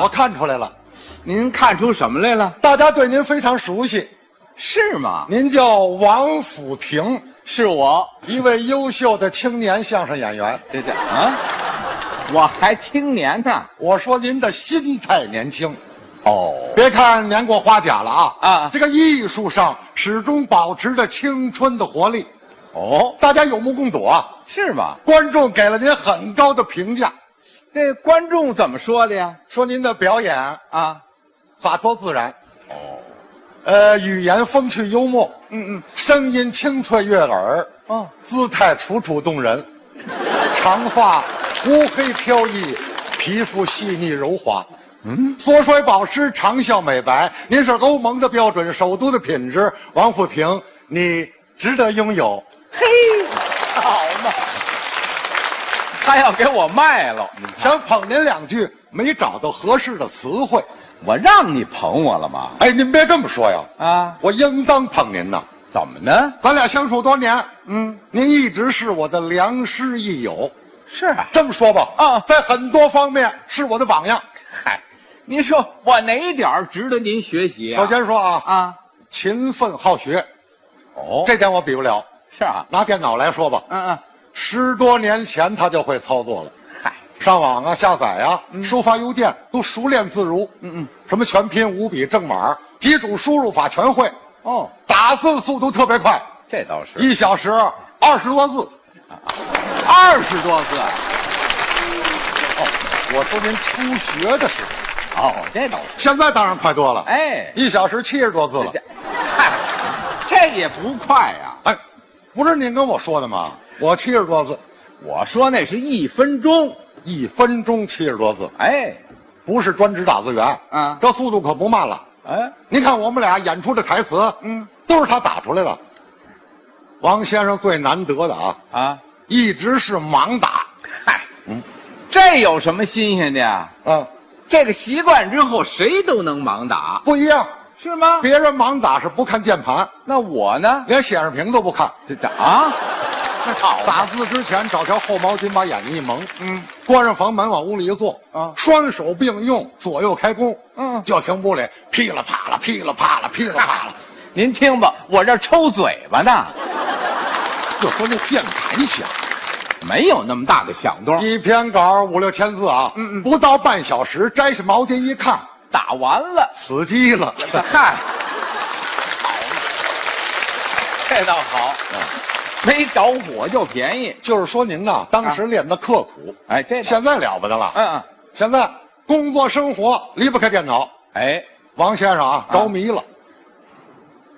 我看出来了，您看出什么来了？大家对您非常熟悉，是吗？您叫王府庭，是我，一位优秀的青年相声演员。这这啊，我还青年呢。我说您的心态年轻，哦，别看年过花甲了啊啊这个艺术上始终保持着青春的活力，哦，大家有目共睹啊。是吗？观众给了您很高的评价，这观众怎么说的呀？说您的表演啊，洒脱自然，哦，呃，语言风趣幽默，嗯嗯，声音清脆悦耳，哦，姿态楚楚动人，长发乌黑飘逸，皮肤细腻柔滑，嗯，缩衰保湿，长效美白，您是欧盟的标准，首都的品质。王府庭，你值得拥有。嘿，好嘛，他要给我卖了，想捧您两句，没找到合适的词汇。我让你捧我了吗？哎，您别这么说呀，啊，我应当捧您呐。怎么呢？咱俩相处多年，嗯，您一直是我的良师益友。是啊，这么说吧，啊在很多方面是我的榜样。嗨，您说我哪一点儿值得您学习啊？首先说啊，啊，勤奋好学，哦，这点我比不了。是啊，拿电脑来说吧，嗯嗯，十多年前他就会操作了，嗨，上网啊、下载啊、嗯收发邮件都熟练自如。嗯嗯，什么全拼、五笔、正码、几组输入法全会，哦，打字速度特别快，这倒是。一小时二十多字。二十多次，我说您初学的时候，哦，这倒是，现在当然快多了，哎，一小时七十多字了这。，嗨，这也不快啊呀、哎，不是您跟我说的吗？我七十多字，我说那是一分钟，一分钟七十多字，哎，不是专职打字员。嗯这速度可不慢了。哎，您看我们俩演出的台词，嗯，都是他打出来的。王先生最难得的啊，啊，一直是盲打，嗨，嗯，这有什么新鲜的呀？嗯，这个习惯之后，谁都能盲打，不一样。是吗？别人盲打是不看键盘，那我呢？连显示屏都不看，这这啊，那好打字之前找条厚毛巾把眼睛一蒙，嗯，关上房门往屋里一坐，啊双手并用，左右开弓，嗯就听屋里噼里啪啦、噼里啪啦、噼里啪 啦，您听吧，我这抽嘴巴呢，就说那键盘响。没有那么大的响动，一篇稿五六千字啊，嗯嗯，不到半小时，摘下毛巾一看，打完了，死机 了。嗨，这倒好，没着火就便宜。就是说您呐，当啊时练的刻苦，哎，这倒现在了不得了。嗯嗯，现在工作生活离不开电脑。哎，王先生啊，着迷了，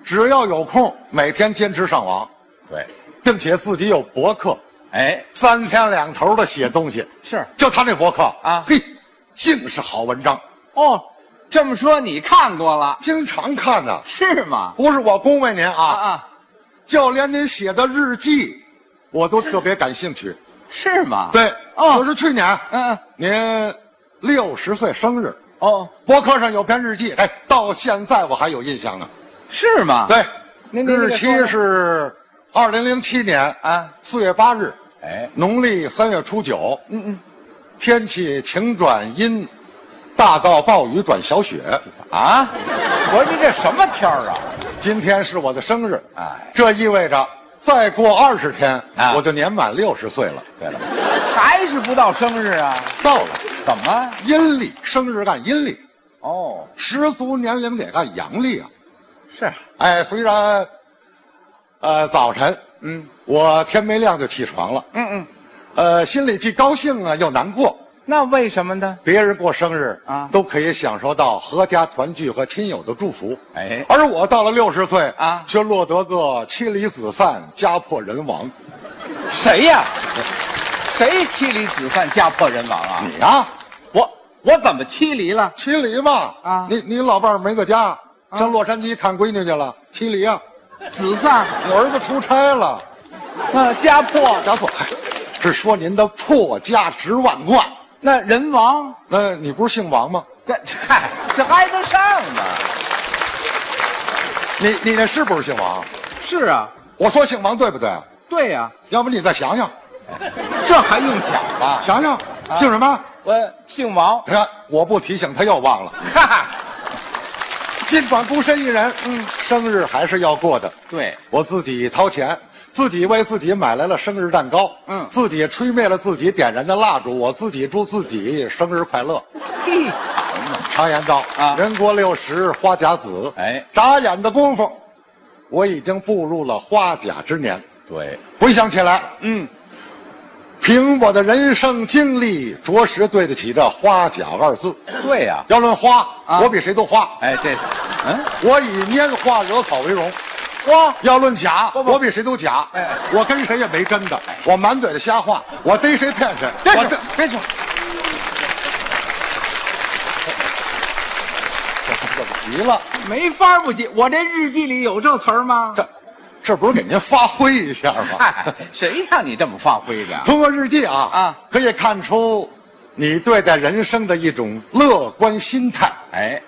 只要有空，每天坚持上网，对，并且自己有博客，哎，三天两头的写东西。是就他那博客啊嘿，尽是好文章，哦，这么说你看过了经常看呢、是吗？不是我恭维您啊啊，啊，就连您写的日记，我都特别感兴趣。是吗？，对，哦就是去年，嗯嗯，您六十岁生日，哦，博客上有篇日记，哎，到现在我还有印象呢。是吗？，对，啊您您日期是二零零七年啊，四月八日，哎，农历三月初九，嗯嗯，天气晴转阴，大到暴雨转小雪。啊，我说你这什么天儿啊？今天是我的生日，哎，这意味着再过二十天啊我就年满六十岁了，对了，还是不到生日啊？到了怎么？阴历生日按阴历，哦，十足年龄得按阳历啊。是，哎，虽然，呃，早晨嗯我天没亮就起床了，嗯嗯，呃，心里既高兴啊又难过。那为什么呢？别人过生日啊都可以享受到阖家团聚和亲友的祝福，哎，而我到了六十岁啊却落得个妻离子散、家破人亡。谁呀、谁妻离子散、家破人亡啊？你啊，我我怎么妻离了？妻离嘛啊你你老伴儿没在家，上洛杉矶看闺女去了，妻离啊，子散，你儿子出差了，呃，家破，家破，嗨是说您的破家值万贯。那人亡，那你不是姓王吗？这嗨，这挨得上吗？你你那是不是姓王？是啊，我说姓王对不对？对呀、要不你再想想，这还用想吗？啊想想，姓什么？我姓王，你看，我不提醒他又忘了。哈哈，尽管孤身一人，嗯，生日还是要过的。对，我自己掏钱，自己为自己买来了生日蛋糕，嗯自己吹灭了自己点燃的蜡烛，我自己祝自己生日快乐。嘿，常言道，啊人过六十花甲子，哎眨眼的功夫，我已经步入了花甲之年。对，回想起来，嗯，凭我的人生经历，着实对得起这“花甲”二字。对呀、要论花，啊我比谁都花，哎，这，嗯，我以拈花惹草为荣。哇，要论假，不我比谁都假。哎哎我跟谁也没真的，我满嘴的瞎话，我逮谁骗谁。这我是这是，怎么急了？没法不接。我这日记里有这词儿 吗？这这不是给您发挥一下吗？嗨，哎谁让你这么放挥的？通过日记啊啊，可以看出你对待人生的一种乐观心态。哎，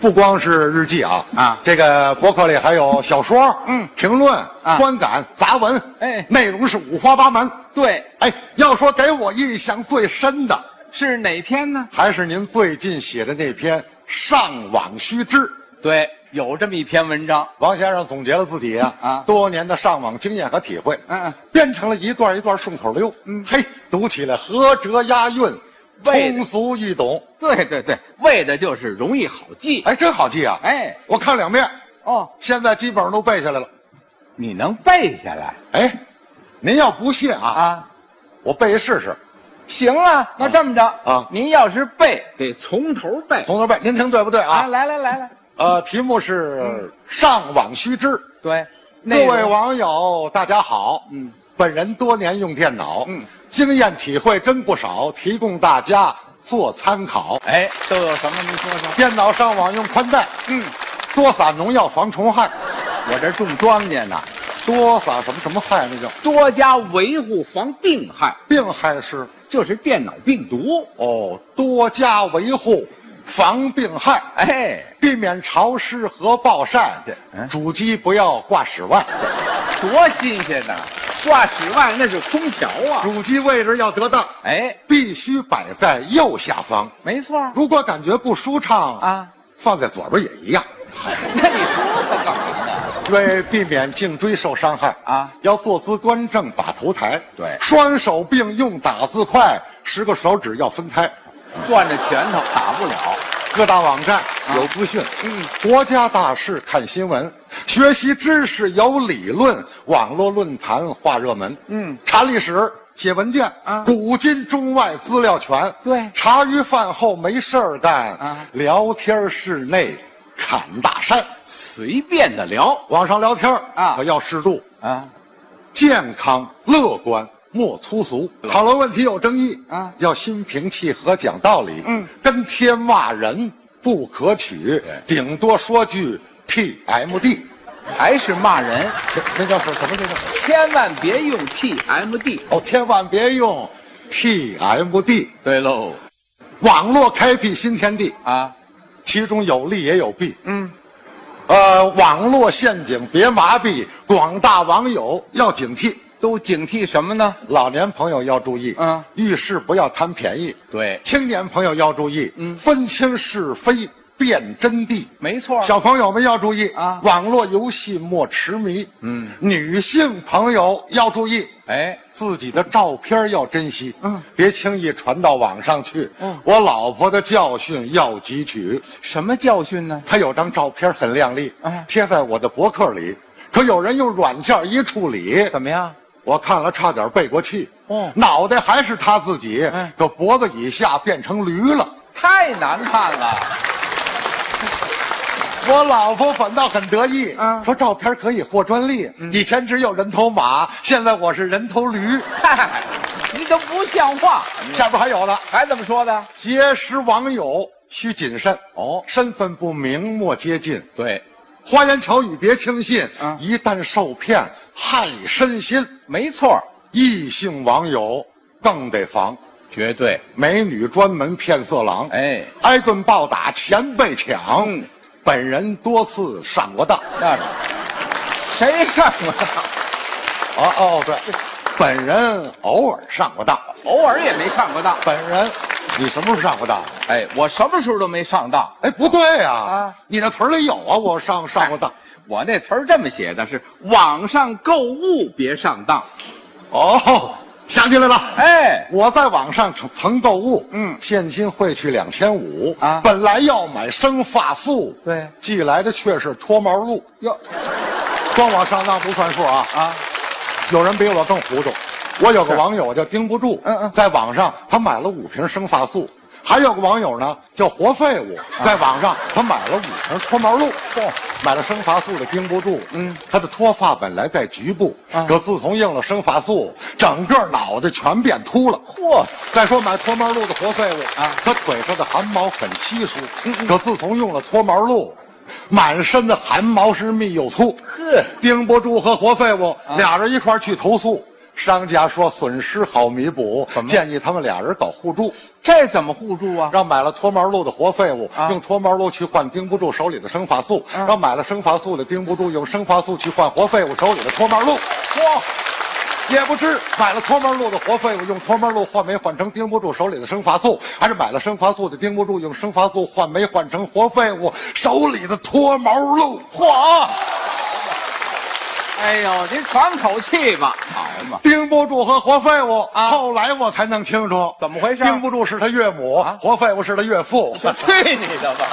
不光是日记啊啊这个博客里还有小说、嗯评论、啊观感、杂文，哎内容是五花八门。 对，哎，要说给我印象最深的，是哪篇呢？还是您最近写的那篇《上网须知》。对，有这么一篇文章，王先生总结了自己啊啊多年的上网经验和体会，嗯嗯，编成了一段一段顺口溜，嗯，嘿，读起来合辙押韵，为通俗易懂，对对对，为的就是容易好记。哎，真好记啊！哎，我看两遍，哦，现在基本上都背下来了。你能背下来哎，您要不信啊，啊？我背一试试，行啊，那这么着啊您要是背，得从头背从头背，您听对不对啊？啊！来来来来，呃，题目是《上网须知》。各对，嗯内容位网友，大家好。嗯，本人多年用电脑，嗯，经验体会真不少，提供大家做参考。哎，都有什么？您说说。电脑上网用宽带，嗯，多撒农药防虫害，我这种庄稼呢，多撒什么什么害那叫多加维护防病害，病害是就是电脑病毒。哦，多加维护，防病害，哎，避免潮湿和暴晒对，嗯主机不要挂室外，多新鲜呐！挂室外那是空调啊。主机位置要得当，哎，必须摆在右下方。没错儿如果感觉不舒畅，啊。放在左边也一样。 那你说它干嘛呢？为避免颈椎受伤害啊要坐姿端正，把头抬。对双手并用，打字快，十个手指要分开。攥着拳头打不了。各大网站有资讯，嗯，国家大事看新闻，学习知识有理论，网络论坛话热门，嗯，查历史。写文件啊古今中外资料全。对茶余饭后没事儿干啊聊天室内侃大山，随便的聊网上聊天儿啊可要适度。啊，健康、乐观，莫粗俗。讨论问题有争议啊要心平气和，讲道理。嗯，跟天骂人不可取，顶多说句 TMD，还是骂人，这那叫什什么？那叫千万别用 TMD。哦，千万别用 TMD。对喽，网络开辟新天地，啊，其中有利也有弊。嗯，呃，网络陷阱别麻痹，广大网友要警惕，都警惕什么呢？老年朋友要注意。嗯，遇事不要贪便宜。对，青年朋友要注意，嗯分清是非，辨真谛。没错儿。小朋友们要注意啊网络游戏莫痴迷。嗯，女性朋友要注意，哎，自己的照片要珍惜，嗯，别轻易传到网上去。嗯我老婆的教训要汲取，什么教训呢？她有张照片很靓丽，哎贴在我的博客里，可有人用软件一处理，怎么样？我看了差点背过气。哦脑袋还是她自己，哎可脖子以下变成驴了。太难看了。我老婆反倒很得意，嗯说照片可以获专利。以前只有人头马，现在我是人头驴。嗯嗨，你都不像话。下边还有呢，还怎么说的？结识网友需谨慎哦身份不明莫接近，对，花言巧语别轻信，嗯一旦受骗害身心。没错儿，异性网友更得防，绝对。美女专门骗色狼，哎，挨顿暴打，钱被抢。嗯本人多次上过当。那是谁上过当？哦哦，对，本人偶尔上过当。偶尔也没上过当。本人你什么时候上过当？哎，我什么时候都没上当。哎，不对呀、啊你那词儿里有啊，我上上过当。我那词儿这么写的是：网上购物别上当。哦，想起来了。哎，我在网上曾曾购物，嗯现金汇去两千五啊本来要买生发素，对寄来的却是脱毛露，哟光网上当不算数啊！啊，有人比我更糊涂，我有个网友叫盯不住，嗯嗯在网上他买了五瓶生发素，还有个网友呢叫活废物，啊在网上他买了五瓶脱毛露，哦买了生发素的盯不住，嗯，他的脱发本来在局部，啊可自从用了生发素，整个脑袋全变秃了。嚯，再说买脱毛露的活废物啊啊，他腿上的汗毛很稀疏，可自从用了脱毛露，满身的汗毛是密又粗。呵丁伯柱和活废物、俩人一块儿去投诉，商家说损失好弥补，建议他们俩人搞互助，这怎么互助啊？让买了脱毛露的活废物、啊用脱毛露去换丁不住手里的生发素，让买了生发素的丁不住用生发素去换活废物手里的脱毛露。嚯，也不知买了脱毛露的活废物，用脱毛露换没换成盯不住手里的生发素，还是买了生发素的盯不住，用生发素换没换成活废物手里的脱毛露。嚯！哎呦，您喘口气吧，好嘛，盯不住和活废物，啊后来我才弄清楚怎么回事盯不住是他岳母，啊活废物是他岳父。去你的吧！